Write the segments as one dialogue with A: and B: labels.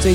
A: 最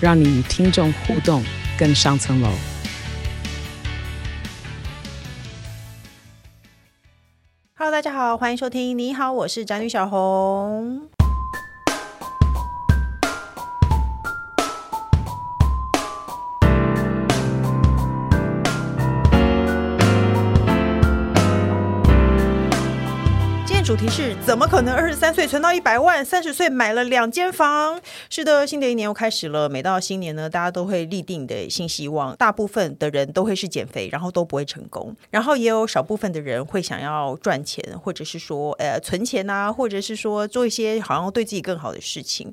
A: 让你与听众互动更上层楼。
B: Hello，大家好，欢迎收听。你好，我是宅女小红。今天主题是怎么可能二十三岁存到一百万，三十岁买了两间房？是的，新的一年又开始了。每到新年呢，大家都会立定的新希望，大部分的人都会是减肥，然后都不会成功。然后也有少部分的人会想要赚钱，或者是说呃存钱啊，或者是说做一些好像对自己更好的事情。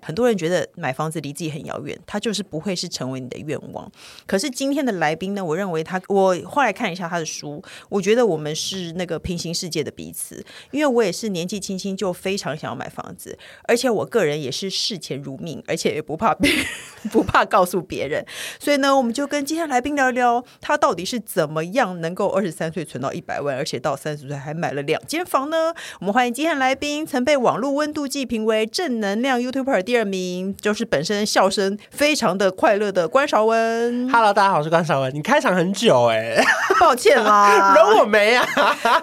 B: 很多人觉得买房子离自己很遥远，它就是不会是成为你的愿望。可是今天的来宾呢，我认为他，我后来看一下他的书，我觉得我们是那个平行世界的彼此，因为我也是年纪轻轻就非常想要买房子，而且我个人也是视钱如命，而且也不怕别 不怕告诉别人，所以呢，我们就跟今天来宾聊聊他到底是怎么样能够二十三岁存到一百万，而且到三十岁还买了两间房呢？我们欢迎今天来宾，曾被网络温度计评为正能量 YouTuber 第二名，就是本身笑声非常的快乐的关韶文。
C: Hello，大家好，我是关少文。你开场很久哎、
B: 抱歉啦，
C: 容我没啊？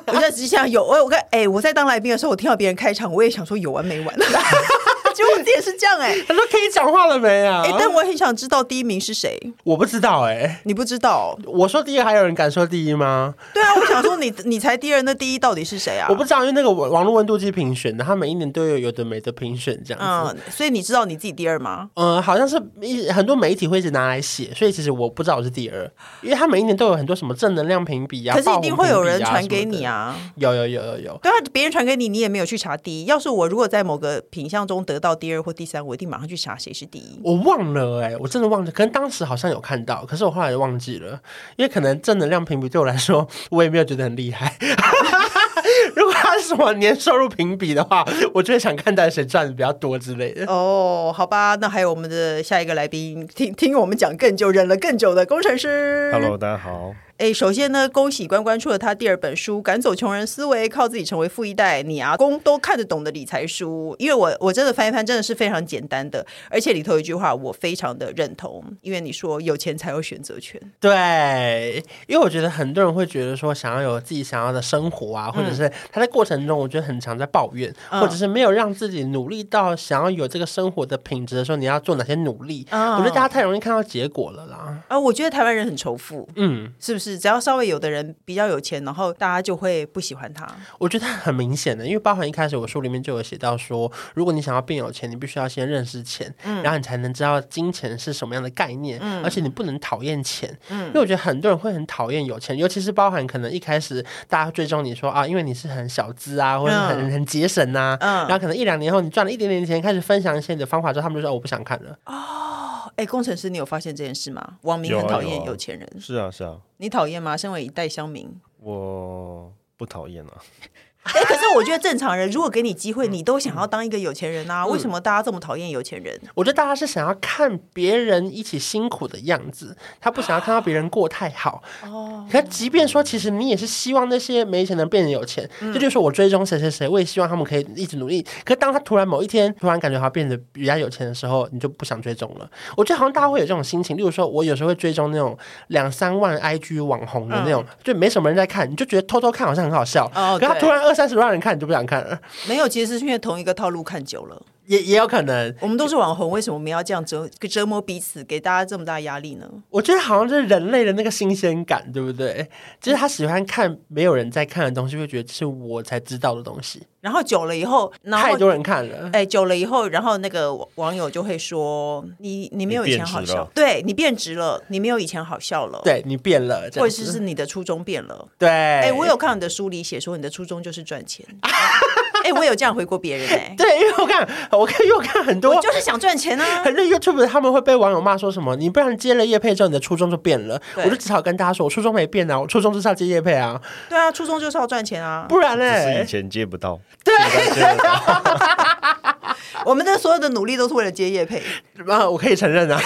B: 我在只想有我我跟哎、我在当来宾的时候，我听到别人开场，我也想说有完没完， 结果也是这样哎、
C: 他说可以讲话了没啊？
B: 哎、但我很想知道第一名是谁，
C: 我不知道哎、
B: 你不知道？
C: 我说第一，还有人敢说第一吗？
B: 对啊，我想说你你才第二，那第一到底是谁啊？
C: 我不知道，因为那个网网络温度计评选的，他每一年都有有的没的评选这样子。
B: 嗯，所以你知道你自己第二吗？
C: 嗯，好像是一很多媒体会一直拿来写，所以其实我不知道我是第二，因为他每一年都有很多什么正能量评比啊，
B: 可是一定会有人传给你
C: 啊
B: 啊。
C: 什么的。有有有有有，
B: 对啊，别人传给你，你也没有去查第一。要是我如果在某个品相中得到第二或第三，我一定马上去查谁是第一。
C: 我忘了哎、我真的忘了，可能当时好像有看到，可是我后来忘记了，因为可能正能量评比对我来说， 我也没有觉得很厉害。 如果他是什么年收入评比的话，我就会想看到底谁赚的比较多之类的。
B: 哦，好吧，那还有我们的下一个来宾，听听我们讲更久、忍了更久的工程师。
D: Hello，大家好。
B: 哎，首先呢，恭喜关关出了他第二本书《赶走穷人思维，靠自己成为富一代》，你阿公都看得懂的理财书。因为我我真的翻一翻，真的是非常简单的，而且里头有一句话我非常的认同，因为你说有钱才有选择权。
C: 对，因为我觉得很多人会觉得说，想要有自己想要的生活啊，或者是他在过程中，我觉得很常在抱怨，
B: 嗯
C: 或者是没有让自己努力到想要有这个生活的品质的时候，你要做哪些努力？
B: 嗯
C: 我觉得大家太容易看到结果了啦。
B: 啊，我觉得台湾人很仇富，
C: 嗯，
B: 是不是？只要稍微有的人比较有钱，然后大家就会不喜欢他。
C: 我觉得很明显的，因为包含一开始我书里面就有写到说，如果你想要变有钱，你必须要先认识钱，
B: 嗯
C: 然后你才能知道金钱是什么样的概念，而且你不能讨厌钱，
B: 嗯
C: 因为我觉得很多人会很讨厌有钱，尤其是包含可能一开始大家追踪你说啊，因为你是很小资啊，或者是很、
B: 嗯
C: 很节省呐、
B: 嗯
C: 然后可能一两年后你赚了一点点钱，开始分享一些你的方法之后，他们就说、哦、我不想看了，
B: 哎，工程师，你有发现这件事吗？网民
D: 有啊
B: 很讨厌
D: 有啊
B: 有钱人，
D: 是啊，是啊，
B: 你讨厌吗？身为一代乡民，
D: 我不讨厌啊。
B: 哎、可是我觉得正常人如果给你机会，你都想要当一个有钱人啊？为什么大家这么讨厌有钱人？
C: 我觉得大家是想要看别人一起辛苦的样子，他不想要看到别人过太好。哦，可即便说，其实你也是希望那些没钱的变得有钱。
B: 嗯
C: 这就是我追踪谁谁谁，我也希望他们可以一直努力。可当他突然某一天突然感觉他变得比较有钱的时候，你就不想追踪了。我觉得好像大家会有这种心情。例如说，我有时候会追踪那种两三万 IG 网红的那种，就没什么人在看，你就觉得偷偷看好像很好笑。
B: 嗯哦
C: 可他
B: 对
C: 突然二三十万人看，你就不想看了，
B: 没有，其实是因为同一个套路看久了，
C: 也也有可能。
B: 我们都是网红，为什么我们要这样折折磨彼此，给大家这么大压力呢？
C: 我觉得好像就是人类的那个新鲜感，对不对？就是他喜欢看没有人在看的东西，会觉得是我才知道的东西，
B: 然后久了以后，然
C: 太
B: 后
C: 多人看了。
B: 哎、久了以后，然后那个网网友就会说你你没有以前好
D: 你变质
B: 笑
D: 了，
B: 对你变直了，你没有以前好笑了，，
C: 对你变了，这
B: 或者
C: 样
B: 是
C: 子
B: 是你的初衷变了。
C: 对。
B: 哎、
C: 哎
B: 我有看你的书里写说你的初衷就是赚钱。哎、哎、我有这样回过别人哎、
C: 对，因为我看，我看，因为我看很多
B: 我就是想赚钱啊。
C: 很多 YouTube 他们会被网友骂说什么，你不然接了叶配之后，你的初衷就变了。
B: 对
C: 我就只好跟大家说，我初衷没变啊，我初衷就是要接叶配啊，
B: 对啊，初衷就是要赚钱啊。
C: 不然
D: 只是
C: 嘞
D: 以，前接不到，
B: 我们的所有的努力都是为了接业配，
C: 啊，我可以承认啊。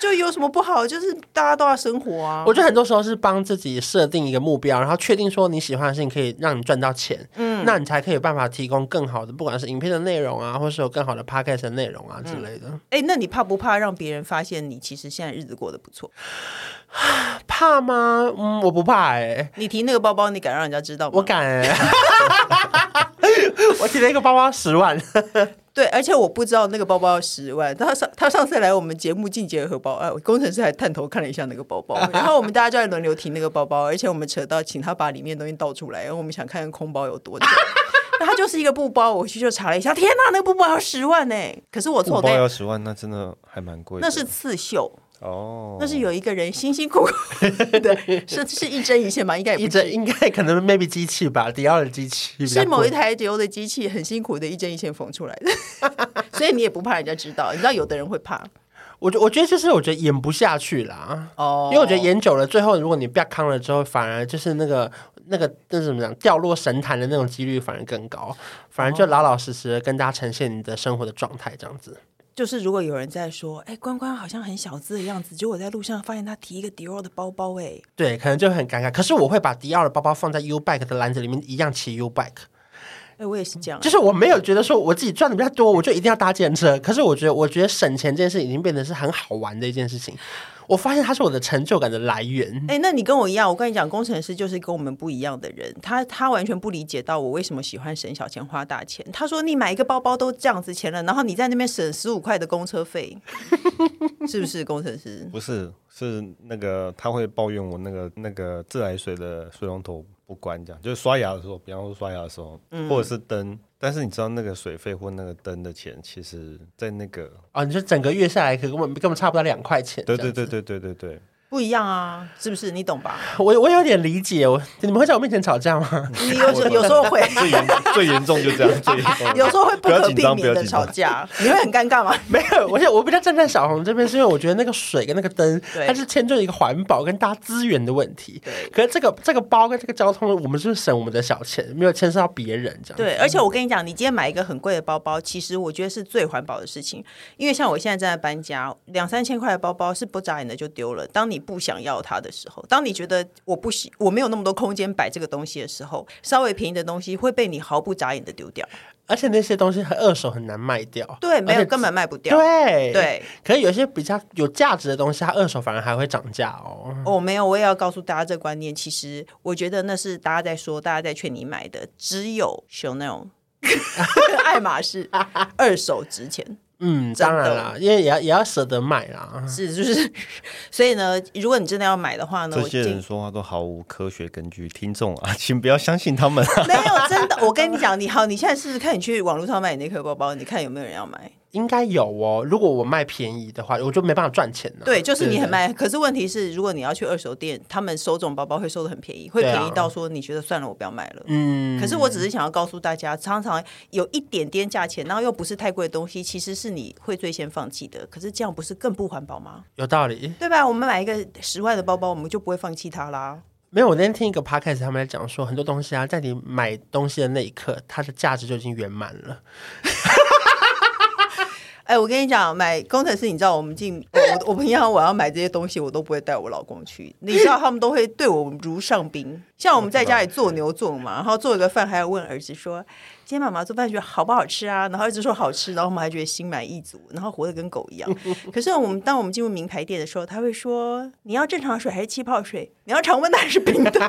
B: 就有什么不好？就是大家都要生活啊。
C: 我觉得很多时候是帮自己设定一个目标，然后确定说你喜欢的事情可以让你赚到钱，嗯，那你才可以有办法提供更好的，不管是影片的内容啊，或是有更好的 podcast 的内容啊之类的。
B: 哎、那你怕不怕让别人发现你其实现在日子过得不错？
C: 怕吗？嗯，我不怕哎、
B: 你提那个包包，你敢让人家知道吗？
C: 我。敢、欸。 我提了一个包包十万，
B: 对，而且我不知道那个包包十万。他上他上次来我们节目进阶荷包，哎，我工程师还探头看了一下那个 包包，然后我们大家就在轮流提那个包包，而且我们扯到请他把里面的东西倒出来，然后我们想看看空包有多重。 那它就是一个布包，我去就查了一下，天哪，那个布包要十万呢、可是我
D: 五
B: 错
D: 包
B: 在
D: 要十万，那真的还蛮贵的。
B: 那是刺绣，
D: 哦，
B: 那是有一个人辛辛苦 苦的，是是一针一线吧，应该也不
C: 一针应该可能 maybe 机器吧，迪奥的机器比较
B: 是某一
C: 贵
B: 台油的机器很辛苦的一针一线缝出来的， 所以你也不怕人家知道。你知道有的人会怕
C: 我觉我觉得就是我觉得演不下去啦，
B: 哦
C: 因为我觉得演久了，最后如果你不要康了之后，反而就是那个那个那是怎么讲，掉落神坛的那种几率反而更高，反而就老老实实的跟大家呈现你的生活的状态这样子。
B: 就是如果有人在说，哎、关关好像很小资的样子，结果我在路上发现他提一个迪奥的包包、哎，
C: 对，可能就很尴尬。可是我会把迪奥的包包放在 U Bike 的篮子里面，一样骑 U Bike。
B: 哎，我也是这样、
C: 就是我没有觉得说我自己赚的比较多，我就一定要搭建车。可是我觉得，我觉得省钱这件事已经变得是很好玩的一件事情。我发现它是我的成就感的来源。
B: 哎、那你跟我一样，我跟你讲，工程师就是跟我们不一样的人，他他完全不理解到我为什么喜欢省小钱花大钱。他说你买一个包包都这样子钱了，然后你在那边省十五块的公车费，是不是工程师？
D: 不是是那个他会抱怨我那个那个自来水的水龙头不关，这样就是刷牙的时候，比方说刷牙的时候，
B: 嗯
D: 或者是灯。但是你知道那个水费或那个灯的钱，其实，在那个
C: 哦，你说整个月下来可根本根本差不到两块钱。
D: 对
C: 这
D: 对
C: 样子
D: 对，对对对对，
B: 不一样啊，是不是？你懂吧？
C: 我我有点理解。我你们会在我面前吵 架吗？
B: 你 有时候有时候会。
D: 最严最严重就这样，最严 重
B: 有时候会不
D: 不要
B: 可
D: 紧
B: 避
D: 张不
B: 免
D: 要
B: 的
D: 紧
B: 吵
D: 张
B: 架，你会很尴尬吗？
C: 没有，我就我比较站在小红这边，是因为我觉得那个水跟那个灯，
B: 对
C: 它是牵着一个环保跟大家资源的问题。
B: 对
C: 可是这个这个包跟这个交通，我们就是省我们的小钱，没有牵涉到别人这样。
B: 对，而且我跟你讲，你今天买一个很贵的包包，其实我觉得是最环保的事情，因为像我现在正在搬家，两三千块的包包是不眨眼的就丢了。当你不想要它的时候，当你觉得我不喜我没有那么多空间摆这个东西的时候，稍微便宜的东西会被你毫不眨眼的丢掉。
C: 而且那些东西很二手很难卖掉。
B: 对，没
C: 而
B: 有
C: 且
B: 根本卖不掉。
C: 对
B: 对，
C: 可是有些比较有价值的东西，它二手反而还会涨价哦。
B: 哦，没有，我也要告诉大家这个观念。其实我觉得那是大家在说，大家在劝你买的，只有 Chanel 跟爱马仕二手值钱。
C: 嗯，
B: 真的
C: 当然啦，因为也要也要舍得买啦。
B: 是，就是，所以呢，如果你真的要买的话呢，
D: 这
B: 我
D: 些
B: 建
D: 人
B: 议
D: 说话都毫无科学根据，听众啊， 请不要相信他 们啊。
B: 没有真的，我跟你讲，你好，你现在试试看，你去网络上买你那颗包包，你看有没有人要买？
C: 应该有哦。如果我卖便宜的话，我就没办法赚钱了。
B: 对，就是你很卖。可是问题是，如果你要去二手店，他们收这种包包会收的很便宜，会
C: 对
B: 便
C: 啊
B: 宜到说你觉得算了，我不要买了。
C: 嗯
B: 可是我只是想要告诉大家，常常有一点点价钱，然后又不是太贵的东西，其实是你会最先放弃的。可是这样不是更不环保吗？
C: 有道理。
B: 对吧？我们买一个十万的包包，我们就不会放弃它啦。
C: 没有，我那天听一个 podcast，他们在讲说，很多东西啊，在你买东西的那一刻，它的价值就已经圆满了。
B: 哎，我跟你讲，买工程师，你知道我们进我我我平常我要买这些东西，我都不会带我老公去。你知道他们都会对我如上宾，像我们在家里做牛做马，然后做一个饭还要问儿子说：“今天妈妈做饭觉得好不好吃啊？”然后儿子说好吃，然后我们还觉得心满意足，然后活得跟狗一样。可是我们当我们进入名牌店的时候，他会说：“你要正常水还是气泡水？你要常温的还是冰的？”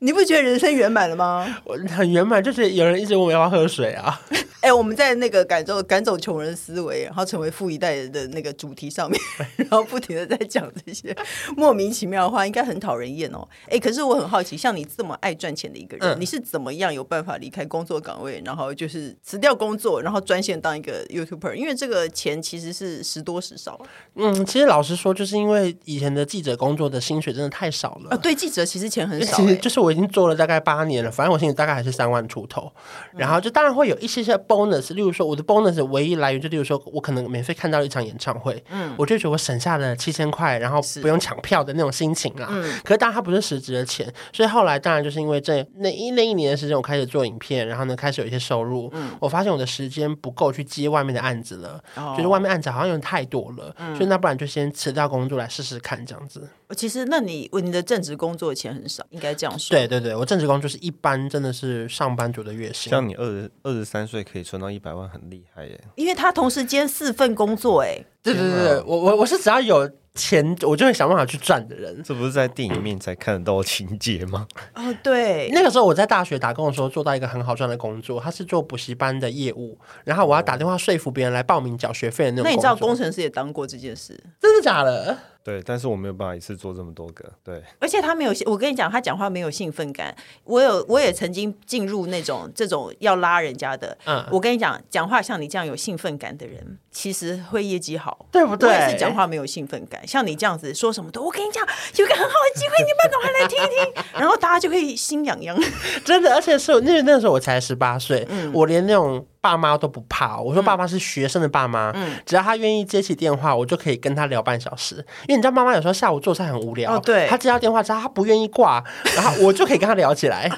B: 你不觉得人生圆满了吗？
C: 我很圆满，就是有人一直问我要不要喝水啊，
B: 哎、哎，我们在那个赶走赶走穷人思维，然后成为富一代的那个主题上面， 然后不停的在讲这些莫名其妙的话，应该很讨人厌哦。哎，可是我很好奇，像你这么爱赚钱的一个人，
C: 嗯
B: 你是怎么样有办法离开工作岗位，然后就是辞掉工作，然后专线当一个 YouTuber？因为这个钱其实是时多时少
C: 嗯，其实老实说，就是因为以前的记者工作的薪水真的太少了。
B: 啊。对记者其实钱很少、
C: 其实
B: 哎
C: 就是我已经做了大概八年了，反正我薪水大概还是三万出头，然
B: 嗯
C: 后就当然会有一些些 bonus，例如说我的 bonus 唯一来源就例如说我可能免费看到一场演唱会，嗯，我就觉得我省下了七千块，然后
B: 是嗯
C: 不用抢票的那种心情啦。可是当然它不是实质的钱，所以后来当然就是因为这那一那一年的时间，我开始做影片，然后呢开始有一些收入，
B: 嗯
C: 我发现我的时间不够去接外面的案子了，
B: 哦嗯
C: 就是外面案子好像有点太多了，所以那不然就先辞掉工作来试试看这样子。
B: 其实，那你你的正职工作钱很少，应该这样说。
C: 对对对，我正职工就是一般真的是上班族的月薪。
D: 像你二十二十三岁可以存到一百万，很厉害耶！
B: 因为他同时兼四份工作、哎，
C: 对对对，对我我我是只要有钱，我就会想办法去赚的人。
D: 这不是在电影里面才看得到的情节吗？
B: 哦，对，
C: 啊那个时候我在大学打工的时候，做到一个很好赚的工作，他是做补习班的业务，然后我要打电话说服别人来报名缴学费的那种
B: 那你知道
C: 工
B: 工
C: 作
B: 程师也当过这件事，
C: 真的假的？
D: 对，但是我没有办法一次做这么多个。对，
B: 而且他没有，我跟你讲，他讲话没有兴奋感。我有，我也曾经进入那种这种要拉人家的。
C: 嗯
B: 我跟你讲，讲话像你这样有兴奋感的人，其实会业绩好。
C: 对不哦对
B: 我也是讲话没有兴奋感，像你这样子说什么都，我跟你讲，有一个很好的机会，你们赶快来听一 听，然后大家就会心痒 痒。
C: 真的，而且是我那那时候我才十八岁，
B: 嗯
C: 我连那种爸妈都不怕哦、我说爸妈是学生的爸妈，
B: 嗯
C: 只要他愿意接起电话，我就可以跟他聊半小时。因为你知道妈妈有时候下午做菜很无聊，
B: 哦对
C: 他接到电话之后他不愿 意挂，然后我就可以跟他聊起来。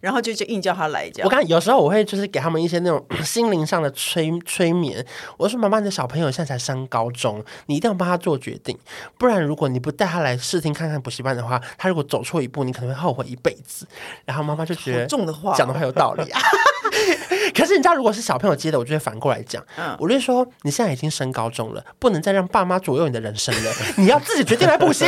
B: 然后就就硬叫他来这
C: 我
B: 样。
C: 刚有时候我会就是给他们一些那种 心灵上的催催眠。我说：“妈妈，你的小朋友现在才上高中，你一定要帮他做决定，不然如果你不带他来试听看看补习班的话，他如果走错一步，你可能会后悔一辈子。”然后妈妈就觉
B: 好
C: 得
B: 重的话哦
C: 讲的话有道理啊。 可是你知道，如果是小朋友接的，我就会反过来讲，我就会说你现在已经升高中了，不能再让爸妈左右你的人生了，你要自己决定来补习。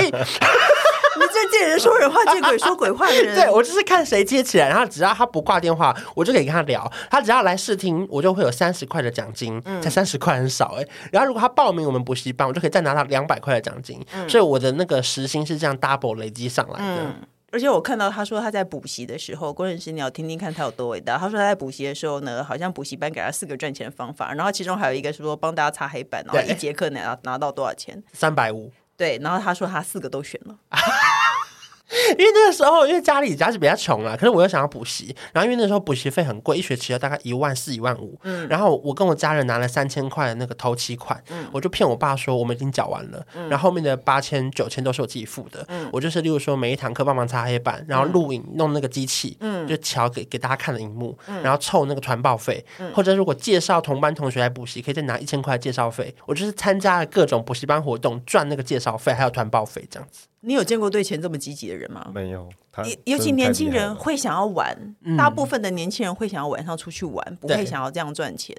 B: 你这见人说人话，见鬼说鬼话的人，
C: 对我就是看谁接起来，然后只要他不挂电话，我就可以跟他聊。他只要来试听，我就会有三十块的奖金，才三十块很少哎、然后如果他报名我们补习班，我就可以再拿到两百块的奖金。所以我的那个时薪是这样 double 累积上来的。
B: 而且我看到他说他在补习的时候，工程师你要听听看他有多伟大。他说他在补习的时候呢，好像补习班给他四个赚钱方法，然后其中还有一个是说帮大家擦黑板，然后
C: 对
B: 一节课拿拿到多少钱。
C: 三百五，
B: 对，然后他说他四个都选了，
C: 因为那个时候因为家里家是比较穷啊啦，可是我又想要补习，然后因为那时候补习费很贵，一学期要大概一万四一万五，然后我跟我家人拿了三千块的那个头期款，我就骗我爸说我们已经缴完了，然后后面的八千九千都是我自己付的，我就是例如说每一堂课帮忙擦黑板，然后录影弄那个机器，就调给给大家看的荧幕，然后凑那个传报费，或者如果介绍同班同学来补习，可以再拿一千块介绍费，我就是参加了各种补习班活动赚那个介绍费还有团报费这样子，
B: 你有见过对钱这么积极的人吗？
D: 没有，他
B: 嗯
C: 呃
B: 尤尤其
D: 真的太
B: 年轻
D: 厉害
B: 人
D: 了
B: 会想要玩，大部分的年轻人会想要晚上出去玩，不会
C: 嗯对
B: 想要这样赚钱。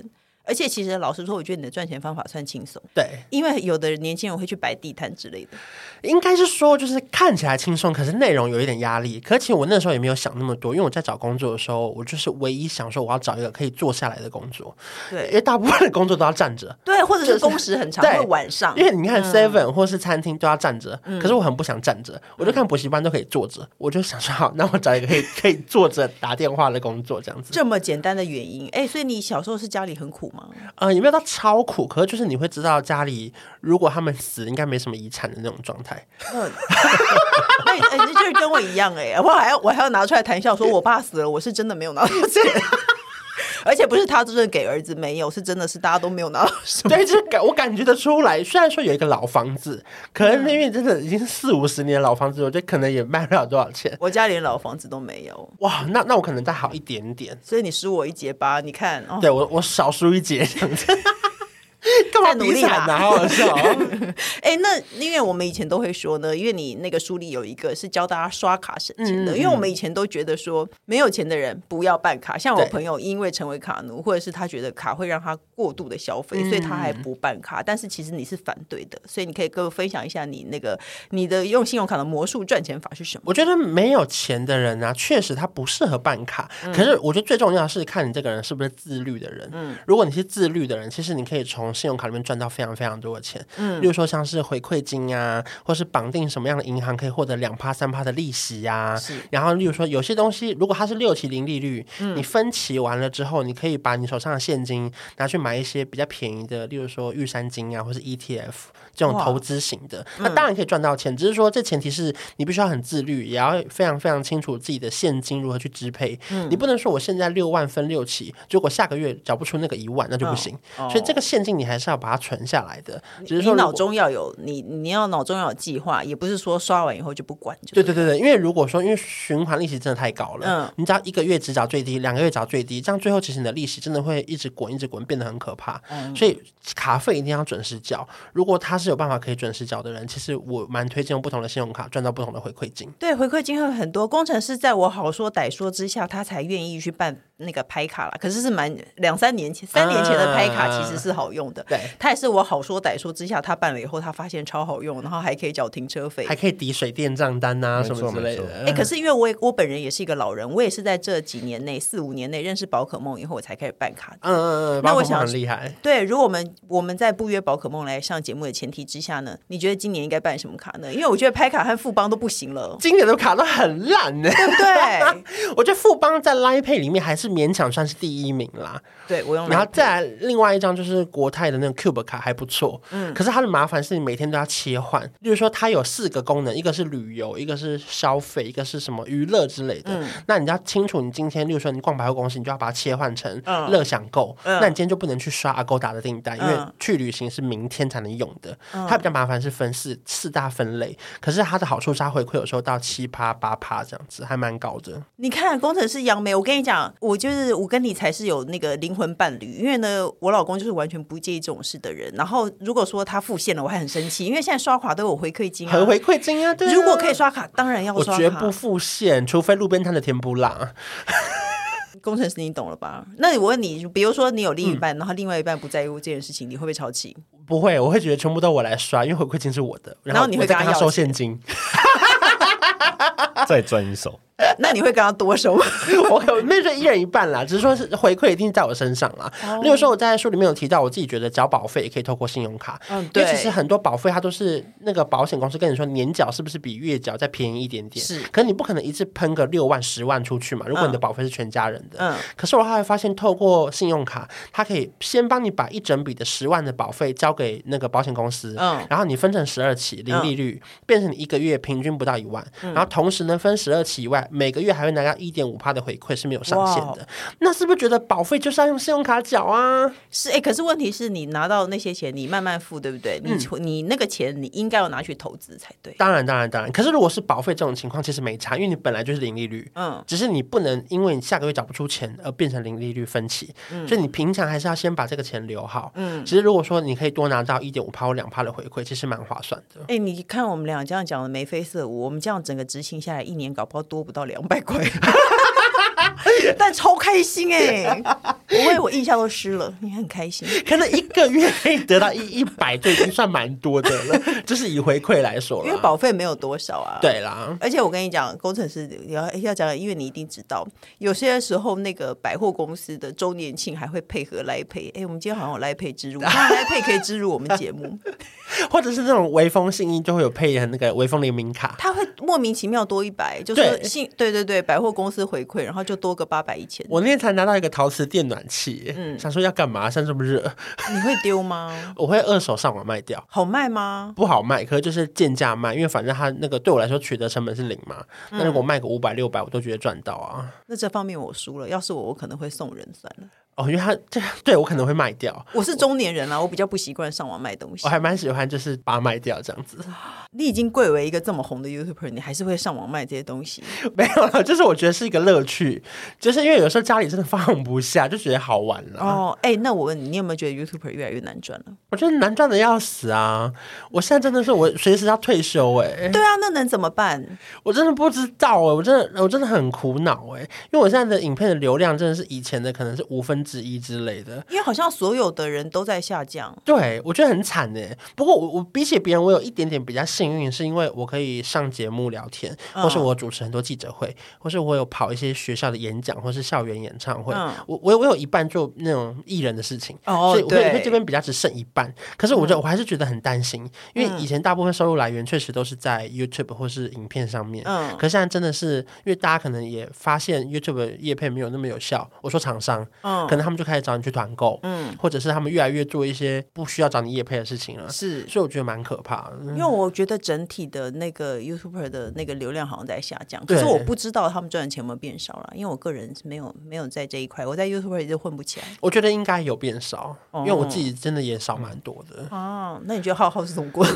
B: 而且其实老实说，我觉得你的赚钱方法算轻松，
C: 对。
B: 因为有的年轻人会去摆地摊之类的。
C: 应该是说，就是看起来轻松，可是内容有一点压力。可其实我那时候也没有想那么多，因为我在找工作的时候，我就是唯一想说我要找一个可以坐下来的工作，因
B: 对
C: 为大部分的工作都要站着。
B: 对，或者是工时很长，
C: 对
B: 会晚上。
C: 因为你看 Seven 或是餐厅都要站着，可是我很不想站着，我就看补习班都可以坐着，我就想说好，那我找一个可以可以坐着打电话的工作这 样子。
B: 这么简单的原因，哎，所以你小时候是家里很苦吗？
C: 呃，也没有到超苦，可是就是你会知道家里如果他们死，应该没什么遗产的那种状态。
B: 嗯， 那你哎，你就是跟我一样哎、我还要我还要拿出来谈笑，说我爸死了，我是真的没有拿到钱， 而且不是他真的给儿子没有，是真的是大家都没有拿到什么。
C: 对，就是感我感觉得出来。虽然说有一个老房子，可能因为真的已经四五十年的老房子，我觉得可能也卖不了多少钱。
B: 我家连老房子都没有，
C: 哇，那那我可能再好一点点。
B: 所以你输我一结巴，你看哦，
C: 对我，我少输一截这样子。干嘛
B: 再努
C: 比
B: 力
C: 惨啊？
B: 啦
C: 好好笑哦！
B: 哎、那因为我们以前都会说呢，因为你那个书里有一个是教大家刷卡省钱的，
C: 嗯嗯
B: 因为我们以前都觉得说没有钱的人不要办卡，像我
C: 对
B: 朋友因为成为卡奴，或者是他觉得卡会让他过度的消
C: 嗯
B: 费，所以他还不办卡。但是其实你是反对的，所以你可以跟我分享一下你那个你的用信用卡的魔术赚钱法是什么？
C: 我觉得没有钱的人啊，确实他不适合办卡。
B: 嗯
C: 可是我觉得最重要的是看你这个人是不是自律的人。
B: 嗯
C: 如果你是自律的人，其实你可以从信用卡里面赚到非常非常多的钱。嗯，例如说像是回馈金啊，或是绑定什么样的银行可以获得两趴三趴的利息呀、啊。然后，例如说有些东西，如果它是六期零利率，
B: 嗯
C: 你分期完了之后，你可以把你手上的现金拿去买一些比较便宜的，例如说玉山金啊，或是 ETF 这种
B: 哇
C: 投资型的。那当然可以赚到钱，只是说这前提是你必须要很自律，也要非常非常清楚自己的现金如何去支配。
B: 嗯
C: 你不能说我现在六万分六期，结果下个月缴不出那个一万，那就不行。
B: 哦
C: 所以这个现金你还是要把它存下来的，只是
B: 你
C: 说如果
B: 脑中要有你，你要脑中要有计划，也不是说刷完以后就不管就
C: 对对对对，因为如果说因为循环利息真的太高了，
B: 嗯
C: 你只要一个月只缴最低，两个月缴最低，这样最后其实你的利息真的会一直滚一直滚，变得很可怕。所以卡费一定要准时缴。如果他是有办法可以准时缴的人，其实我蛮推荐用不同的信用卡赚到不同的回馈金。
B: 对，回馈金会很多。工程师在我好说歹说之下，他才愿意去办那个拍卡啦。可是是蛮两三年前、三年前
C: 啊
B: 的拍卡其实是好用的。
C: 对
B: 他也是我好说歹说之下，他办了以后，他发现超好用，然后还可以缴停车费。
C: 还可以抵水电账单啊
D: 没
C: 什
D: 错
C: 么之类的。
B: 哎、可是因为我也我本人也是一个老人，我也是在这几年内四五年内认识宝可梦以后，我才开始办卡的。
C: 嗯嗯嗯，
B: 那
C: 那
B: 我
C: 我
B: 想
C: 想很厉害。
B: 对，如果我们我们在不约宝可梦来上节目的前提之下呢，你觉得今年应该办什么卡呢？因为我觉得拍卡和富邦都不行 了，
C: 今年的卡都很烂呢、
B: 对不对？
C: 我觉得富邦在 Line Pay 里面还是勉强算是第一名啦。
B: 对我用
C: 然后
B: 来
C: 再来另外一张就是国泰的那个 Cube 卡还不错，嗯，可是它的麻烦是你每天都要切换，例如说它有四个功能，一个是旅游，一个是消费，一个是什么娱乐之类的。
B: 嗯
C: 那你要清楚，你今天例如说你逛百货公司，你就要把它切换成
B: 嗯
C: 乐享购，
B: 嗯
C: 那你今天就不能去刷 Agoda 的订单，因为
B: 嗯
C: 去旅行是明天才能用的。它比较麻烦是分四四大分类，可是它的好处是它回馈有时候到七趴八趴这样子，还蛮高的。
B: 你看，工程师杨梅，我跟你讲，我就是我跟你才是有那个灵魂伴侣，因为呢，我老公就是完全不介意这种事的人。然后如果说他付现了，我还很生气，因为现在刷卡都有回馈金、啊
C: 很，回馈金啊，对啊
B: 如果可以刷卡，当然要
C: 我
B: 哦刷
C: 绝
B: 卡
C: 不。付现，除非路边摊的甜不辣。
B: 工程师，你懂了吧？那我问你，比如说你有另一
C: 嗯
B: 半，然后另外一半不在乎这件事情，你会不会超气？
C: 不会，我会觉得全部都我来刷，因为回馈金是我的，
B: 然后
C: 后
B: 你
C: 我
B: 会
C: 再
B: 跟他
C: 跟他
B: 要
C: 收
B: 钱
C: 现金，
D: 再赚一手。
B: 那你会跟他多收吗？
C: 我有那就一人一半啦，只是说是回馈一定在我身上啦。
B: 哦
C: 例如说我在书里面有提到，我自己觉得缴保费也可以透过信用卡，
B: 嗯
C: 因为
B: 对
C: 其实很多保费它都是那个保险公司跟你说年缴是不是比月缴再便宜一点点，
B: 是
C: 可你不可能一次喷个六万十万出去嘛？如果你的保费是全家人的，
B: 嗯
C: 可是我后来发现，透过信用卡，它可以先帮你把一整笔的十万的保费交给那个保险公司，
B: 嗯
C: 然后你分成十二期，零利率、变成你一个月平均不到一万，
B: 嗯
C: 然后同时呢分十二期以外，每个月还会拿到一点五趴的回馈是没有上限
B: 哇哦
C: 的。那是不是觉得保费就是要用信用卡缴啊？
B: 是哎、可是问题是你拿到那些钱，你慢慢付，对不对？你、
C: 嗯
B: 你那个钱，你应该要拿去投资才对。
C: 当然，当然，当然。可是如果是保费这种情况，其实没差，因为你本来就是零利率，
B: 嗯
C: 只是你不能因为你下个月缴不出钱而变成零利率分期，所以你平常还是要先把这个钱留好。嗯，其实如果说你可以多拿到一点五趴或两趴的回馈，其实蛮划算的。
B: 哎、你看我们俩这样讲的眉飞色舞，我们这样整个执行下来，一年搞不好多不到两百 块，但超开心哎、 我为我印象都湿了，你很开心。
C: 可能一个月可以得到 一一百，就已经算蛮多的 了。就是以回馈来说
B: 因为
C: 啦，
B: 保费没有多少啊。。
C: 对啦，
B: 而且我跟你讲，工程师你要要讲，因为你一定知道，有些时候那个百货公司的周年庆还会配合来配。哎、我们今天好像有来配植入，来配可以植入我们节目，
C: 或者是那种微风信义就会有配那个微风联名卡。
B: 他会莫名其妙多一百，就说
C: 对
B: 信对对对，百货公司回馈，然后就多个八百一千，
C: 我那天才拿到一个陶瓷电暖器，想说要干嘛？现在这么热，
B: 你会丢吗？
C: 我会二手上网卖掉。
B: 好卖吗？
C: 不好卖，可是就是贱价卖，因为反正它那个对我来说取得成本是零嘛。那如果卖个五百六百，我都觉得赚到啊。
B: 那这方面我输了，要是我，我可能会送人算了。
C: 哦，因为它 这对我可能会卖掉，
B: 啊我是中年人啦，我比较不习惯上网卖东西
C: 我。还蛮喜欢就是把它卖掉这样子。
B: 你已经贵为一个这么红的 YouTuber，你还是会上网卖这些东 西。
C: 没有了，就是我觉得是一个乐趣，就是因为有时候家里真的放不下，就觉得好玩了。
B: 哦，哎，那我问你，你有没有觉得 YouTuber 越来越难赚了？
C: 我觉得难赚的要死啊！我现在真的是我随时要退休哎、
B: 对啊，那能怎么办？
C: 我真的不知道哎、我真的我真的很苦恼哎、因为我现在的影片的流量真的是以前的可能是五分之一之类的。
B: 因为好像所有的人都在下降。
C: 对，我觉得很惨呢。不过我我比起别人，我有一点点比较幸运，是因为我可以上节目聊天，
B: 嗯
C: 或是我主持很多记者会，或是我有跑一些学校的演讲，或是校园演唱会。
B: 嗯
C: 我我有我有一半做那种艺人的事情，
B: 哦
C: 所以我
B: 对嗯
C: 会会这边比较只剩一半。可是我觉得我还是觉得很担心，因为以前大部分收入来源确实都是在 YouTube 或是影片上面。
B: 嗯
C: 可现在真的是，因为大家可能也发现 YouTube 的业配没有那么有效。我说厂商，
B: 嗯
C: 可能他们就开始找你去团购，
B: 嗯，
C: 或者是他们越来越做一些不需要找你业配的事情了，
B: 是。
C: 所以我觉得蛮可怕的。
B: 因为我觉得整体的那个 YouTuber 的那个流量好像在下降，可
C: 对
B: 是我不知道他们赚的钱有没有变少了，因为我个人是没有没有在这一块，我在 YouTuber 也就混不起来。
C: 我觉得应该有变少，
B: 哦
C: 因为我自己真的也少蛮多的。
B: 哦，那你觉得浩浩是怎么过的？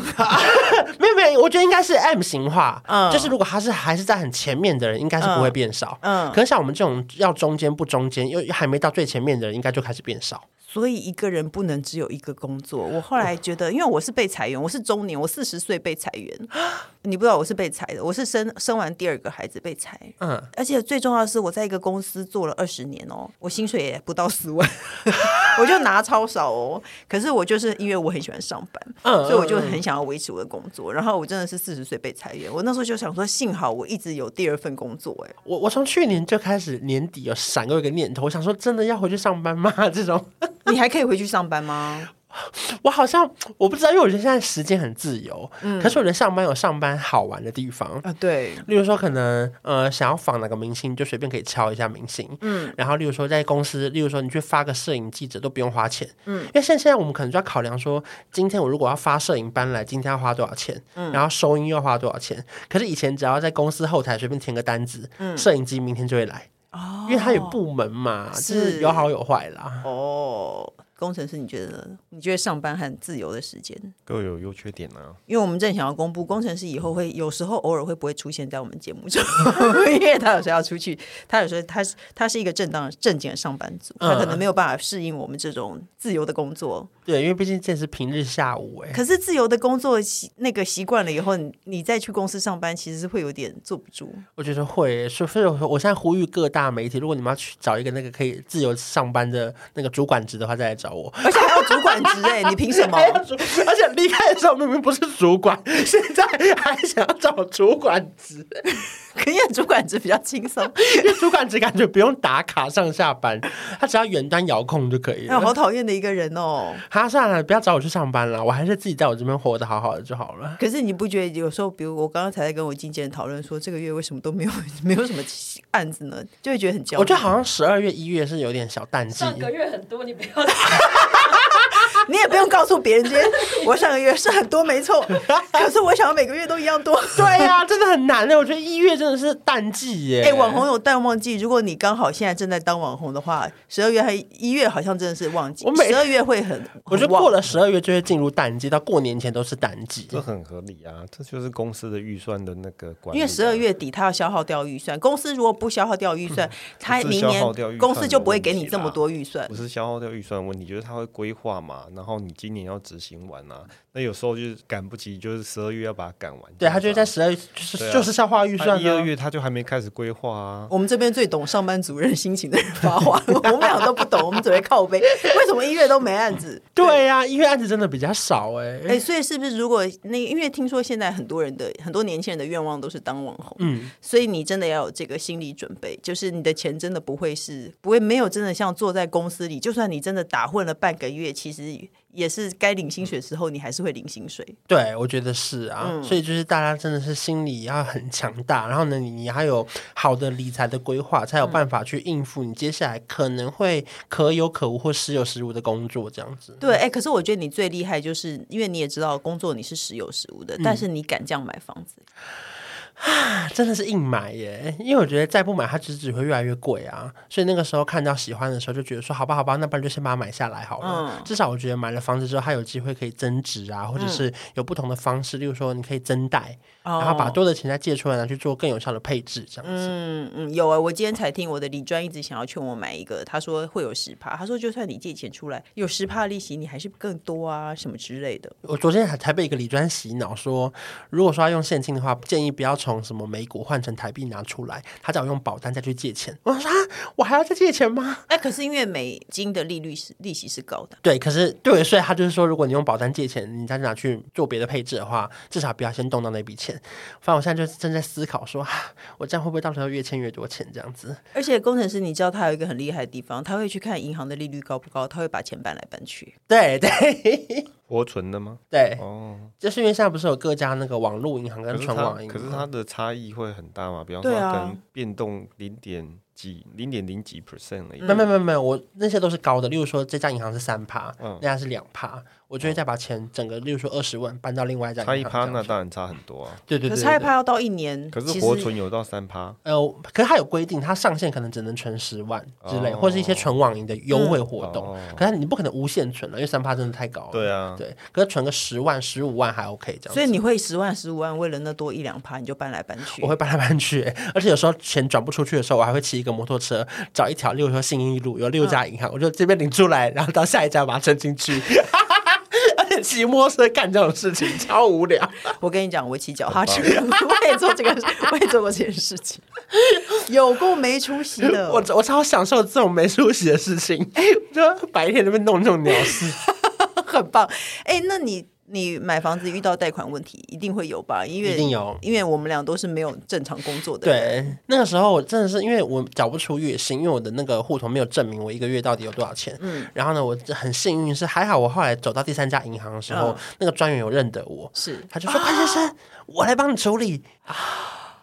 C: 没有没有，我觉得应该是 M 型化，
B: 嗯
C: 就是如果他是还是在很前面的人，应该是不会变少。
B: 嗯，
C: 可是像我们这种要中间不中间，又还没到最前面的人，应该就开始变少。
B: 所以一个人不能只有一个工作。我后来觉得，因为我是被裁员，我是中年，我四十岁被裁员， 你不知道我是被裁的，我是生生完第二个孩子被裁。
C: 嗯，
B: 而且最重要的是，我在一个公司做了二十年哦，我薪水也不到四万， 我就拿超少哦。可是我就是因为我很喜欢上班，
C: 嗯
B: 所以我就很想要维持我的工作。然后我真的是四十岁被裁员，我那时候就想说，幸好我一直有第二份工作，哎，
C: 我我从去年就开始年底有闪过一个念头，我想说真的要回去上班吗？ 这种
B: 你还可以回去上班吗？
C: 我好像我不知道，因为我觉得现在时间很自由，可是我觉得上班有上班好玩的地方。
B: 啊，对，
C: 例如说，可能呃，想要仿哪个明星，就随便可以敲一下明星，嗯，然后例如说在公司，例如说你去发个摄影记者都不用花钱，嗯，因为现现在我们可能就要考量说，今天我如果要发摄影班来，今天要花多少钱，嗯，然后收音又要花多少钱，可是以前只要在公司后台随便填个单子，嗯，摄影机明天就会来，
B: 哦
C: 因为它有部门嘛，就是
B: 是
C: 有好有坏啦，
B: 哦，工程师，你觉得呢？你觉得上班和自由的时间？
D: 各有优缺点啊。
B: 因为我们正想要公布，工程师以后会有时候偶尔会不会出现在我们节目中，因为他有时候要出去，他有时候他是他是一个正当正经的上班族，他可能没有办法适应我们这种自由的工作。
C: 对，因为毕竟这是平日下午、哎，
B: 可是自由的工作习那个习惯了以后，你你再去公司上班，其实是会有点坐不住。
C: 我觉得会，所以所以我我现在呼吁各大媒体，如果你们要去找一个那个可以自由上班的那个主管职的话，再来找我。
B: 而且还有主管职哎、你凭什 么？
C: 还要主而且离开的时候明明不是主管，现在还想要找主管职，
B: 可是主管职比较轻松。
C: 因为主管职感觉不用打卡上下班，他只要远端遥控就可以
B: 哎呦，
C: 了。
B: 好讨厌的一个人哦。
C: 哈、算了，不要找我去上班了，我还是自己在我这边活得好好的就好了。
B: 可是你不觉得有时候，比如我刚刚才在跟我经纪人讨论说，这个月为什么都没有 没有什么案子呢？就会觉得很焦虑。
C: 我觉得好像十二月、一月是有点小淡季，
E: 上个月很多，你不要
B: 你也不用告诉别人，今天我上个月是很多没错，可是我想要每个月都一样多。
C: 对哎呀、真的很难的。我觉得一月真的是淡季耶。
B: 哎、网红有淡旺季，如果你刚好现在正在当网红的话，十二月还一月好像真的是旺季
C: 我，每
B: 十二月会很，
C: 我觉
B: 很
C: 得
B: 旺
C: 过了十二月就会进入淡季，到过年前都是淡季。
D: 这很合理啊，这就是公司的预算的那个管理啊、
B: 因为十二月底他要消耗掉预算，公司如果不消耗掉预算，他
D: 不是
B: 明
D: 消
B: 年
D: 耗掉预
B: 公
D: 算
B: 司
D: 的
B: 就不会
D: 问
B: 给
D: 题
B: 你这么
D: 啦
B: 多预算
D: 不。是消耗掉预算的问题，就是他会规划嘛，然后你今年要执行完啊，那有时候就是赶不及，就是十二月要把它赶完。
C: 对他就会在
D: 这
C: 十二月，就是、
D: 对啊
C: 就是消化预
D: 样子啊
C: 算
D: 他一二
C: 啊。
D: 月他就还没开始规划啊。
B: 我们这边最懂上班族人心情的人发 话，我们俩都不懂，我们只会靠背。为什么一月都没案子？
C: 对呀、一月案子真的比较少哎、
B: 哎、所以是不是如果那因为听说现在很多人的很多年轻人的愿望都是当网红，
C: 嗯，
B: 所以你真的要有这个心理准备，就是你的钱真的不会是不会没有真的像坐在公司里，就算你真的打混了半个月，其实也是该领薪水的时候，你还是会领薪水。
C: 对，我觉得是啊，
D: 嗯
C: 所以就是大家真的是心理要很强大，然后呢，你你还有好的理财的规划，才有办法去应付你接下来可能会可有可无或时有时无的工作这样子。
B: 对，哎、可是我觉得你最
C: 嗯
B: 厉害，就是因为你也知道工作你是时有时无的，但是你敢这样买房子，
C: 啊真的是硬买耶，因为我觉得再不买它只只会越来越贵啊，所以那个时候看到喜欢的时候就觉得说好吧好吧，那不然就先把它买下来好了。
B: 嗯
C: 至少我觉得买了房子之后，它有机会可以增值啊，或者是有不同的方式，例如说你可以增贷，然后把多的钱再借出来拿去做更有效的配置，这样子。
B: 哦嗯嗯，有啊、我今天才听我的李专一直想要劝我买一个，他说会有十趴，他说就算你借钱出来有十趴利息，你还是更多啊什么之类的。
C: 我昨天还才被一个理专洗脑说，如果说要用现金的话，建议不要从什么美股换成台币拿出来，他叫我用保单再去借钱。我说啊，我还要再借钱吗？
B: 哎，可是因为美金的利率是利息是高的，
C: 对，可是对我所以他就是说，如果你用保单借钱，你再拿去做别的配置的话，至少不要先动到那笔钱。反正我现在就正在思考说，啊我这样会不会到时候越欠越多钱这样子？
B: 而且工程师你知道他有一个很厉害的地方，他会去看银行的利率高不高，他会把钱搬来搬去。
C: 对 对
D: 活存的吗？
C: 对，
D: 哦，
C: 就是因为现在不是有各家那个网络银行跟
D: 可是
C: 纯
D: 它
C: 网银行，
D: 可是它的差异会很大嘛？比方说
B: 对
D: 它
B: 啊
D: 可能变动零点几、零点零几 percent 而已。
C: 没有没有没有没有，我那些都是高的。例如说，这家银行是三趴，
D: 嗯哦
C: 那家是两趴，我就会再把钱整个，例如说二十万搬到另外一家银
D: 差
C: 行
D: 一趴
C: 这样
D: 那
C: 子
D: 当然差很多啊。
C: 对对
B: 可
C: 对
B: 是
C: 对
B: 他一
C: 对
B: 趴要到一年，
D: 可
B: 其
D: 是
B: 实
D: 活存有到三趴，
C: 呃，可是它有规定，它上限可能只能存十万之类，
D: 哦
C: 或是一些纯网银的优惠活动。
D: 哦
C: 可是你不可能无限存了，因为三趴真的太高了。
D: 对啊
C: 对，可是存个十万、十五万还 OK 这样子。
B: 所以你会十万十五万，为了那多一两趴你就搬来搬去。
C: 我会搬来搬去， 而且有时候钱转不出去的时候，我还会骑一个摩托车，找一条，例如说信义路有
B: 嗯
C: 六家银行，我就这边领出来，然后到下一家把它撑进去。 而且骑摩托车干这种事情超无聊。
B: 我跟你讲，我骑脚踏车， 我也做这个，我也做过这件事情，有够没出息 的。
C: 我我超享受这种没出息的事情， 就白天在那边弄这种鸟事。
B: 很棒。哎、那你你买房子遇到贷款问题一定会有吧？因为
C: 一定有
B: 因为我们俩都是没有正常工作的。，
C: 对，那个时候我真的是因为我缴不出月薪，因为我的那个户头没有证明我一个月到底有多少钱。嗯，然后呢，我很幸运是还好，我后来走到第三家银行的时候，
B: 嗯
C: 那个专员有认得我，
B: 是。啊
C: 他就说：“潘先生，我来帮你处理。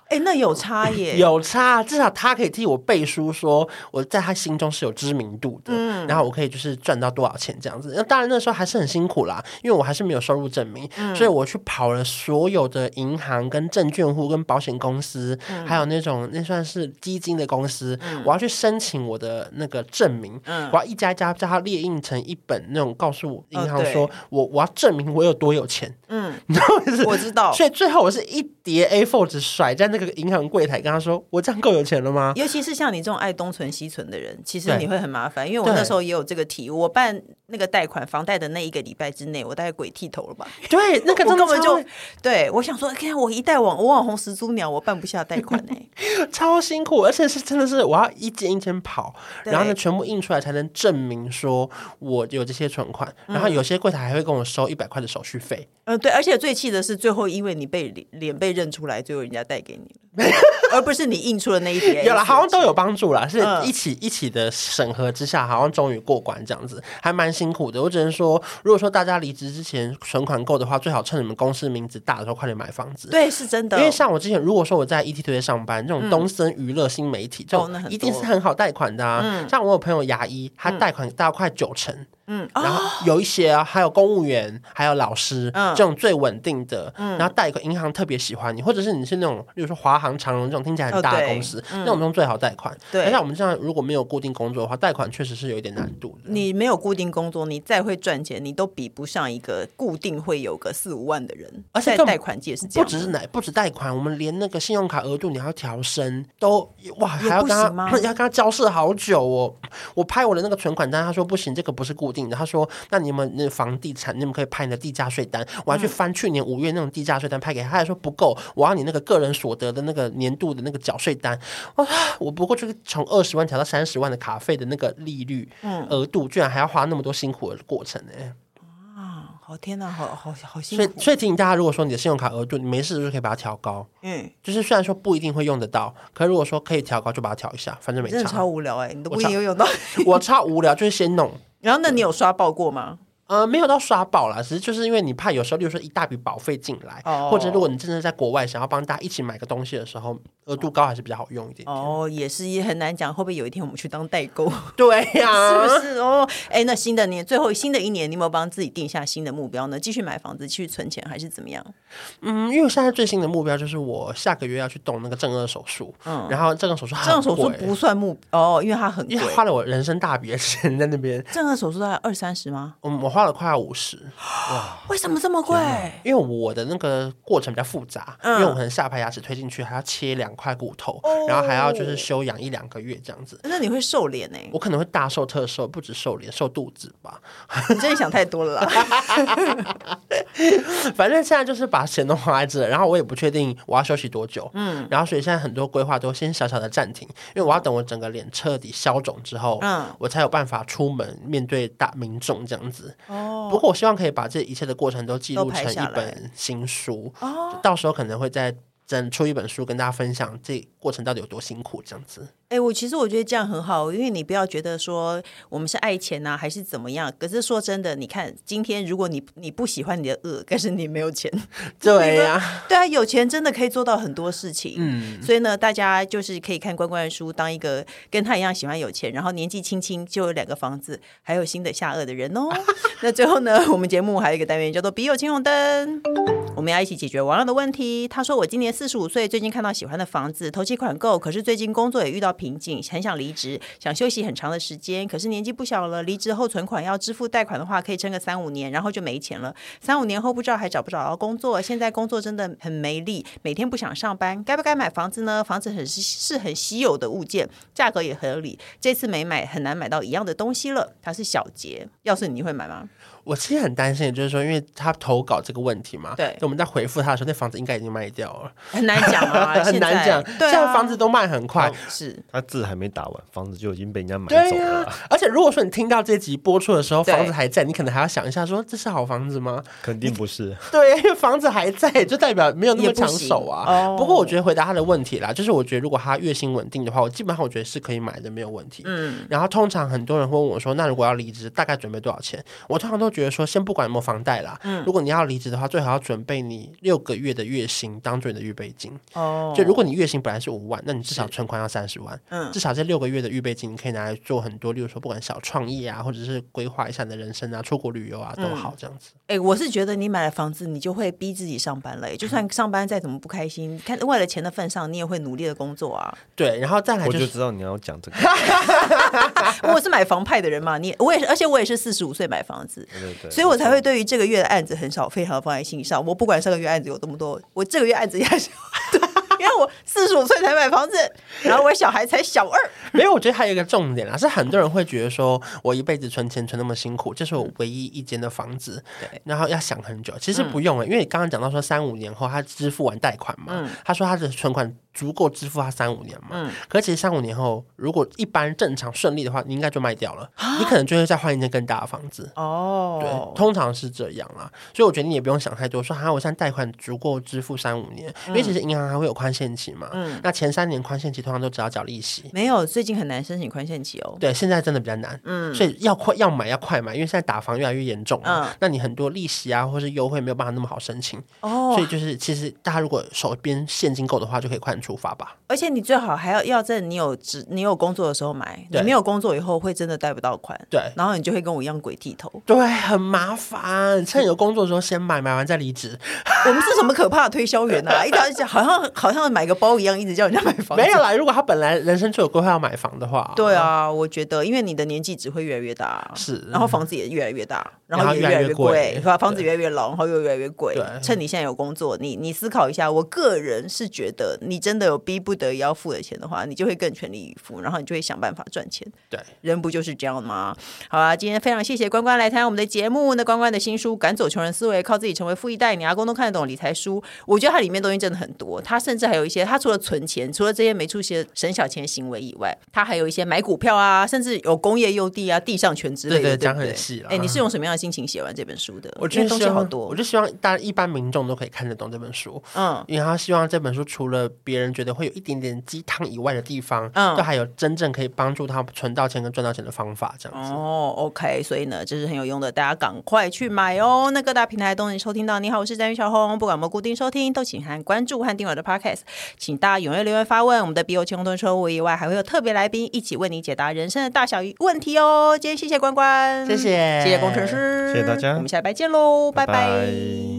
B: 哎、那有差耶。
C: 嗯有差，至少他可以替我背书，说我在他心中是有知名度的，
B: 嗯
C: 然后我可以就是赚到多少钱这样子。那当然那时候还是很辛苦啦，因为我还是没有收入证明，
B: 嗯
C: 所以我去跑了所有的银行、跟证券户、跟保险公司，
B: 嗯
C: 还有那种那算是基金的公司，我要去申请我的那个证明，
B: 嗯
C: 我要一家一家叫他列印成一本那种告诉银
B: 哦
C: 行
B: 对
C: 说、我我要证明我有多有钱，
B: 嗯
C: 嗯，然后就是
B: 我知道
C: 所以最后我是一叠 A4 纸甩在那个银行柜台，跟他说：“我这样够有钱了吗
B: 尤其是像你这种爱东存西存的人，其实
C: 对
B: 你会很麻烦。因为我
C: 对
B: 那时候也有这个题，我办那个贷款房贷的那一个礼拜之内，我大概鬼剃头了 吧？”
C: 对，那个
B: 我
C: 真
B: 根本
C: 的
B: 就
C: 就
B: 对我想说，看我一代网我网红始祖鸟，我办不下贷款呢、
C: 超辛苦，而且是真的是我要一间一间跑，
B: 对
C: 然后呢全部印出来才能证明说我有这些存款，然后有些柜台还会跟我收一百块的手续费。
B: 嗯，对，而且最气的是，最后因为你被脸脸被认出来，最后人家带给你了， 而不是你印出了那一叠。
C: 有了，好像都有帮助哎啦，是
B: 嗯
C: 一起一起的审核之下，好像终于过关这样子，还蛮辛苦的。我只能说，如果说大家离职之前存款够的话，最好趁你们公司名字大的时候快点买房子。
B: 对，是真的。嗯
C: 因为像我之前，如果说我在 ET 推上班，这种东森娱乐新媒体、这
B: 哦那很多嗯
C: 种，一定是很好贷款的啊。像我有朋友牙医，他贷款贷到快九成，嗯，然后有一些啊，还有公务员，还有老师，
B: 哦嗯
C: 这种最稳定的，然后贷款银行特别喜欢你，或者是你是那种，例如说华航、长荣这种听起来
B: 哦
C: 很大的
B: 对嗯
C: 公司，那种中最好贷款。
B: 对
C: 而像我们这样如果没有固定工作的话，贷款确实是有一点难度的。
B: 你没有固定工作，你再会赚钱，你都比不上一个固定会有个四五万的人。
C: 而且
B: 在
C: 更
B: 贷款界是这
C: 不
B: 样
C: 只是
B: 的，
C: 奶，不止贷款，我们连那个信用卡额度你还要调升，都哇 还要
B: 不
C: 跟他
B: 行吗
C: 要跟他交涉好久哦。我拍我的那个存款单，他说不行，这个不是固定的。他说那你们那房地产，你们可以拍你的地价税单。我还去翻去年五月那种地价税单拍给他，他还说不够，我要你那个个人所得的那个年度的那个缴税单。哇，我不过就是从二十万调到三十万的卡费的那个利率
B: 嗯
C: 额度，居然还要花那么多辛苦的过程呢、欸
B: 好天哪，好好好辛
C: 所以
B: 苦。
C: 所以提醒大家，如果说你的信用卡额度你没事就可以把它调高。
B: 嗯，
C: 就是虽然说不一定会用得到，可如果说可以调高，就把它调一下，反正没
B: 真的
C: 差。
B: 超无聊哎、你都不
C: 我
B: 一
C: 超
B: 定有用到。
C: 我超无聊，就是先弄。
B: 然后，那你有刷爆过吗？
C: 呃，没有到刷爆啦，只是就是因为你怕有时候，例如说一大笔保费进来，
B: 哦
C: 或者如果你真的在国外想要帮大家一起买个东西的时候，额度高还是比较好用一点点。
B: 哦，也是也很难讲，会不会有一天我们去当代购，
C: 对呀、
B: 是不是？哦，哎，那新的年最后新的一年，你有没有帮自己定下新的目标呢？继续买房子，继续存钱，还是怎么样？
C: 嗯，因为我现在最新的目标就是我下个月要去动那个正颚手术，
B: 嗯
C: 然后正颚手术很
B: 这种手术
C: 贵欸
B: 不算目哦，因为它很贵
C: 因。为花了我人生大笔的钱在那边，
B: 正颌手术大概二三十吗？
C: 嗯，我花了快要五十，
B: 为什么这么贵？
C: 因为我的那个过程比较复杂，
B: 嗯
C: 因为我可能下排牙齿推进去还要切两块骨头，然后还要就是休养一两个月这样子。
B: 那你会瘦脸欸呢、
C: 我可能会大瘦特瘦，不止瘦脸，瘦肚子吧。
B: 你真的想太多了啦。
C: 反正现在就是把钱都花在这，然后我也不确定我要休息多久。嗯，然后所以现在很多规划都先小小的暂停，因为我要等我整个脸彻底消肿之后，
B: 嗯
C: 嗯，我才有办法出门面对大民众这样子。哦，不过我希望可以把这一切的过程都记录
B: 都拍
C: 成
B: 下
C: 一
B: 来
C: 本新书，哦，到时候可能会再整出一本书跟大家分享这过程到底有多辛苦这样子。
B: 哎、我其实我觉得这样很好，因为你不要觉得说我们是爱钱呐、还是怎么样。可是说真的，你看今天如果你你不喜欢你的恶，但是你没有钱，
C: 对呀、
B: 对啊，有钱真的可以做到很多事情。嗯，所以呢，大家就是可以看关关的书，当一个跟他一样喜欢有钱，然后年纪轻轻就有两个房子，还有新的下颚的人哦。那最后呢，我们节目还有一个单元叫做“笔友青红灯”，我们要一起解决网友的问题。他说：“我今年四十五岁，最近看到喜欢的房子，头期款够，可是最近工作也遇到瓶颈，很想离职，想休息很长的时间，可是年纪不小了，离职后存款要支付贷款的话，可以撑个三五年，然后就没钱了。三五年后不知道还找不找到工作，现在工作真的很没力，每天不想上班，该不该买房子呢？房子很是是很稀有的物件，价格也合理，这次没买很难买到一样的东西了。他是小杰，要是你会买吗？
C: 我其实很担心，就是说，因为他投稿这个问题嘛，
B: 对
C: 所以我们在回复他的时候，那房子应该已经卖掉了，
B: 很难讲 啊，
C: 很难讲。
B: 现在对
C: 现在
B: 啊，
C: 房子都卖很快，
B: 是
D: 他字还没打完，房子就已经被人家买走
C: 对
D: 了啊
C: 呀、
D: 啦，
C: 而且如果说你听到这集播出的时候，
B: 对
C: 房子还在，你可能还要想一下说，这是好房子吗？
D: 肯定不是。
C: 对呀，因为房子还在，就代表没有那么抢手
B: 也不行
C: 啊。
B: 哦
C: 不过我觉得回答他的问题啦，就是我觉得如果他月薪稳定的话，我基本上我觉得是可以买的，没有问题。嗯。然后通常很多人会问我说，那如果要离职，大概准备多少钱？我通常都觉得说，先不管有没有房贷啦，
B: 嗯
C: 如果你要离职的话，最好要准备你六个月的月薪当做你的预备金。
B: 哦，
C: 就如果你月薪本来是五万，那你至少存款要三十万，
B: 嗯
C: 至少这六个月的预备金，你可以拿来做很多，例如说不管小创业啊，或者是规划一下你的人生啊，出国旅游啊，都好这样子。
B: 哎、我是觉得你买了房子，你就会逼自己上班了、就算上班再怎么不开心，看为了钱的份上，你也会努力的工作啊。
C: 对，然后再来
D: 我
C: 就。
D: 就是知道你要讲这个，
C: 啊
B: 我是买房派的人嘛，你也我也是，而且我也是四十五岁买房子，
D: 对对 对。
B: 所以我才会对于这个月的案子很少非常放在心上。我不管上个月案子有多么多，我这个月案子也是，因为我四十五岁才买房子，然后我小孩才小二，
C: 没有，我觉得还有一个重点啊啦，是很多人会觉得说，我一辈子存钱存那么辛苦，这是我唯一一间的房子，
B: 对嗯
C: 然后要想很久。其实不用了、因为你刚刚讲到说三五年后他支付完贷款嘛，
B: 嗯
C: 他说他的存款足够支付他三五年嘛，可其实三五年后如果一般正常顺利的话，你应该就卖掉了，你可能就会再换一间更大的房子。
B: 啊哦
C: 对，，通常是这样啦，所以我觉得你也不用想太多，说哈，我现在贷款足够支付三五年，因为
B: 嗯
C: 其实银行还会有宽限期嘛，那前三年宽限期通常都只要缴利息，
B: 没有，最近很难申请宽限期哦。
C: 对，现在真的比较难，嗯，所以要快要买要快买，因为现在打房越来越严重了，
B: 嗯
C: 那你很多利息啊或是优惠没有办法那么好申请，所
B: 哦
C: 以，就是其实大家如果手边现金够的话，就可以快点出发吧。
B: 而且你最好还要要证你有职，你有工作的时候买，你
C: 对
B: 没有工作以后会真的贷不到款，
C: 对
B: 然后你就会跟我一样鬼剃头。
C: 对，很麻烦，趁有工作的时候先买，买完再离职。
B: 我们是什么可怕的推销员啊？一直讲好像好像买个包一样，一直叫人家买房子。
C: 没有啦，如果他本来人生就有规划要买房的话，
B: 哦对啊，我觉得因为你的年纪只会越来越大，啊
C: 是
B: 然后房子也越来越大，然
C: 嗯然
B: 后
C: 后
B: 也
C: 越来
B: 来
C: 越
B: 贵
C: 贵，
B: 是吧？房子越来越老，然后又越来越贵
C: 对。
B: 趁你现在有工作，你你思考一下，我个人是觉得你真的有逼不得已要付的钱的话，你就会更全力以赴，然后你就会想办法赚钱。
C: 对。
B: 人不就是这样吗？好啊，今天非常谢谢关关来参加我们的节目。那关关的新书《赶走穷人思维，靠自己成为富一代》，你阿公都看得懂理财书，我觉得它里面东西真的很多。它甚至还有一些，他除了存钱，除了这些没出息的省小钱行为以外，他还有一些买股票 啊，甚至有工业用地啊、地上权之类的，
C: 对对
B: 对不
C: 讲很细啊
B: 哎，你是用什么样的心情写完这本书的？
C: 我
B: 觉
C: 就
B: 得东
C: 希
B: 西好
C: 望，
B: 多
C: 啊我，就希望大家一般民众都可以看得懂这本书。
B: 嗯，
C: 因为他希望这本书除了别人觉得会有一点点鸡汤以外的地方，
B: 嗯
C: 都还有真正可以帮助他存到钱跟赚到钱的方法，这样子。
B: 哦，OK，所以呢，这是很有用的，大家赶快去买哦。那各大平台都能收听到。你好，我是詹玉小红，不管我们固定收听，都请含关注和订阅我的 Podcast，请大家踊跃留言发问。我们的笔友千吨车务以外，还会有特别来宾一起为你解答人生的大小问题哦。今天谢谢关关，
C: 谢谢
B: 谢谢工程师，
D: 谢谢大家
B: 我们下礼拜见喽，拜
D: 拜
B: 拜
D: 拜